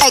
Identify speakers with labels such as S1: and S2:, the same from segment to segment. S1: A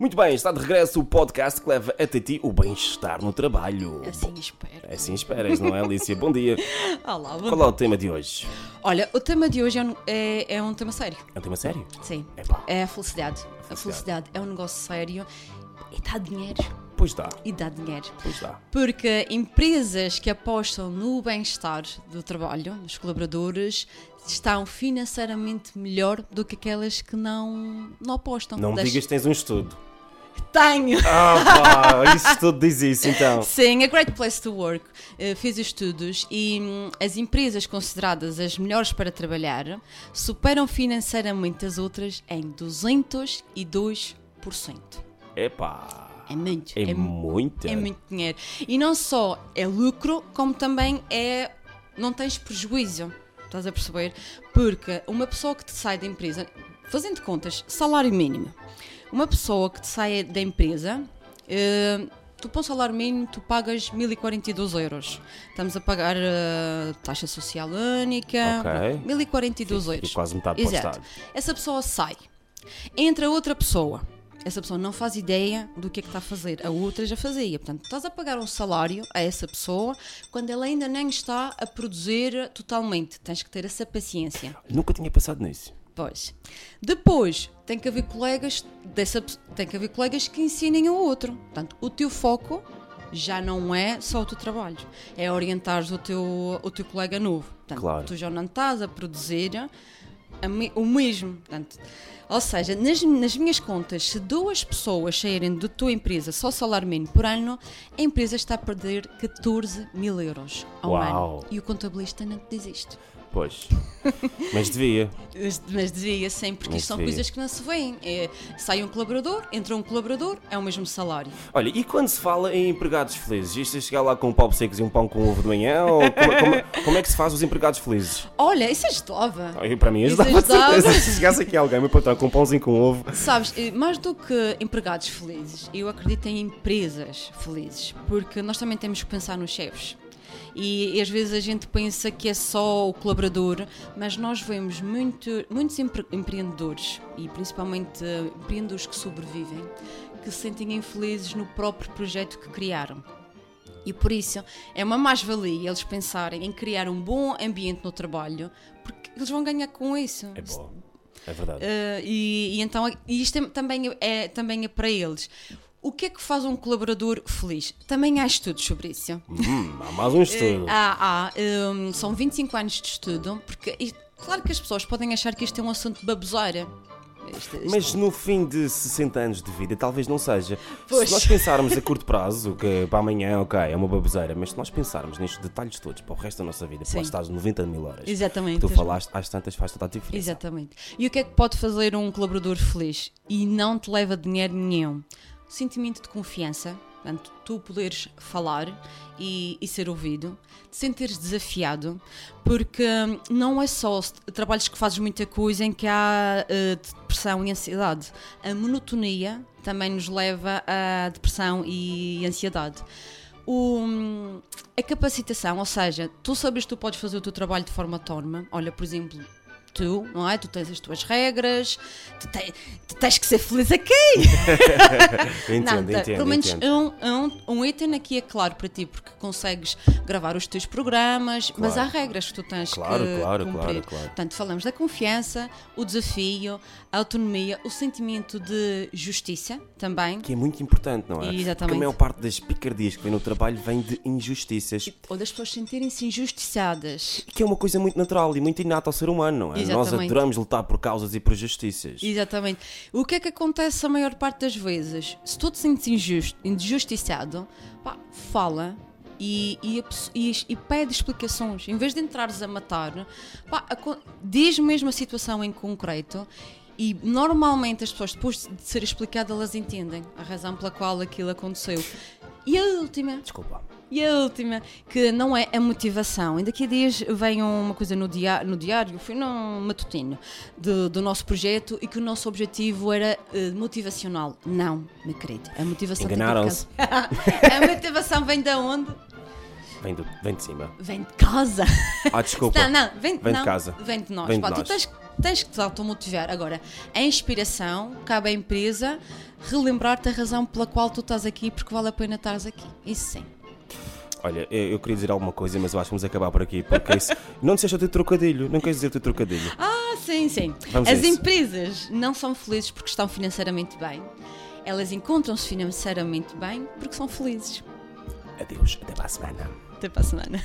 S2: Muito bem, está de regresso o podcast que leva até ti o bem-estar no trabalho.
S3: Assim espero.
S2: Assim esperas, não é, Alicia? Bom dia.
S3: Olá, bom-
S2: Qual é o tema de hoje?
S3: Olha, o tema de hoje é um, é- é um tema sério.
S2: É um tema sério?
S3: Sim.
S2: Epá.
S3: É a felicidade. A felicidade é um negócio sério e dá dinheiro.
S2: Pois dá,
S3: E dá dinheiro.
S2: pois dá.
S3: Porque empresas que apostam no bem-estar do trabalho, dos colaboradores, estão financeiramente melhor do que aquelas que não, não apostam.
S2: Não me
S3: Das-
S2: digas que tens um estudo.
S3: Tenho!
S2: Ah, pá, isso tudo diz isso então.
S3: Sim, a Great Place to Work eh, fez estudos e hum, as empresas consideradas as melhores para trabalhar superam financeiramente as outras em 202%.
S2: Epá.
S3: É muito.
S2: É,
S3: mu-
S2: muita.
S3: é muito dinheiro. E não só é lucro, como também é. não tens prejuízo. Estás a perceber? Porque uma pessoa que te sai da empresa, fazendo contas, salário mínimo. Uma pessoa que te sai da empresa, eh, tu para um salário mínimo tu pagas 1042 euros. Estamos a pagar eh, taxa social única,
S2: Ok.
S3: 1042
S2: Fica-
S3: euros.
S2: fica quase metade para o
S3: Exato.
S2: Estado.
S3: Essa pessoa sai, entra outra pessoa. Essa pessoa não faz ideia do que é que está a fazer. A outra já fazia. Portanto, estás a pagar um salário a essa pessoa quando ela ainda nem está a produzir totalmente. Tens que ter essa paciência.
S2: Nunca tinha pensado nisso.
S3: Pois. Depois, tem que haver colegas dessa, pe- tem que haver colegas que ensinem ao outro. Portanto, o teu foco já não é só o teu trabalho, é orientares o teu, o teu colega novo. Portanto,
S2: Claro.
S3: tu já não estás a produzir a me- o mesmo. Portanto, ou seja, nas, nas minhas contas, se duas pessoas saírem da tua empresa só salário mínimo por ano, a empresa está a perder 14 mil euros ao
S2: Uau.
S3: ano. E o contabilista não te diz isto.
S2: Pois. Mas devia.
S3: Mas devia sim, porque
S2: Mas
S3: isto são
S2: devia.
S3: coisas que não se veem. É, sai um colaborador, entra um colaborador, é o mesmo salário.
S2: Olha, e quando se fala em empregados felizes? Isto é chegar lá com um pau seco e um pão com ovo de manhã? Ou como, como- como é que se faz os empregados felizes?
S3: Olha, isso é ajudava.
S2: Ah, eu, Para mim
S3: Isso
S2: ajudava de
S3: ajudava.
S2: certeza. Se chegasse aqui alguém me apontar com um pãozinho com ovo.
S3: Sabes, eh, mais do que empregados felizes, eu acredito em empresas felizes, porque nós também temos que pensar nos chefes. E, e às vezes a gente pensa que é só o colaborador, mas nós vemos muito, muitos empre- empreendedores, e principalmente eh, empreendedores que sobrevivem, que se sentem infelizes no próprio projeto que criaram. E por isso é uma mais-valia eles pensarem em criar um bom ambiente no trabalho, porque eles vão ganhar com isso.
S2: É bom. É verdade.
S3: Eh, e, e então e isto é- também é, também é para eles. O que é que faz um colaborador feliz? Também há estudos sobre isso.
S2: Hum, há mais
S3: eh,
S2: um estudo.
S3: ah, Há, há, hum, são 25 anos de estudo, porque isto- claro que as pessoas podem achar que isto é um assunto de baboseira. Isto- isto-
S2: Mas no fim de 60 anos de vida, talvez não seja.
S3: Pois.
S2: Se nós pensarmos a curto prazo, que para amanhã, ok, é uma baboseira, mas se nós pensarmos nestes detalhes todos para o resto da nossa vida, para
S3: Sim.
S2: lá estás 90 mil horas.
S3: Exatamente.
S2: Tu falaste às tantas, faz toda a diferença.
S3: Exatamente. E o que é que pode fazer um colaborador feliz e não te leva dinheiro nenhum? Sentimento de confiança, portanto, tu poderes falar e, e ser ouvido, te sentires desafiado, porque hum, não é só se- trabalhos que fazes muita coisa em que há eh, depressão e ansiedade. A monotonia também nos leva à depressão e ansiedade o- hum, a capacitação, ou seja, tu sabes que tu podes fazer o teu trabalho de forma autónoma. Olha, por exemplo, tu, não é? Tu tens as tuas regras, tu, te- tu tens que ser feliz aqui.
S2: Entendo,
S3: tá-
S2: entendo.
S3: pelo menos
S2: entendo.
S3: Um, um, um item aqui é claro para ti, porque consegues gravar os teus programas, mas há regras que tu tens
S2: Claro,
S3: que
S2: claro,
S3: cumprir.
S2: claro, claro.
S3: Portanto, falamos da confiança, o desafio, a autonomia, o sentimento de justiça também,
S2: Que é muito importante, não é?
S3: Exatamente.
S2: Porque a maior parte das picardias que vem no trabalho vem de injustiças.
S3: ou das pessoas sentirem-se injustiçadas.
S2: Que é uma coisa muito natural e muito inata ao ser humano, não é? Nós
S3: Exatamente.
S2: adoramos lutar por causas e por justiças.
S3: Exatamente. O que é que acontece a maior parte das vezes? Se tu te sentes injusto, injustiçado, pá, fala e, e, a pesso- e- e pede explicações. Em vez de entrares a matar, pá, aco- diz mesmo a situação em concreto. E normalmente as pessoas, depois de ser explicado, elas entendem a razão pela qual aquilo aconteceu. E a última,
S2: Desculpa.
S3: E a última, que não é a motivação. E daqui a dias vem uma coisa no, dia, no diário, foi num matutino, de- do nosso projeto e que o nosso objetivo era eh, motivacional. Não, meu querido. A motivação tem que vir de
S2: Enganaram-se.
S3: casa. a motivação vem de onde?
S2: Vem, do, vem de cima.
S3: Vem de casa.
S2: Ah, desculpa.
S3: Não, não, vem,
S2: Vem de
S3: não,
S2: casa.
S3: Vem de nós.
S2: Vem de
S3: Pá,
S2: nós.
S3: Tu tens, tens que te automotivar. Agora, a inspiração cabe à empresa relembrar-te a razão pela qual tu estás aqui e porque vale a pena estares aqui. Isso sim.
S2: Olha, eu, eu queria dizer alguma coisa, mas eu acho que vamos acabar por aqui. Porque isso... não disseste o teu trocadilho. Não queres dizer o teu trocadilho.
S3: Ah, sim, sim.
S2: Vamos a
S3: As
S2: isso.
S3: empresas não são felizes porque estão financeiramente bem. Elas encontram-se financeiramente bem porque são felizes.
S2: Adeus. Até para a semana.
S3: Até para a semana.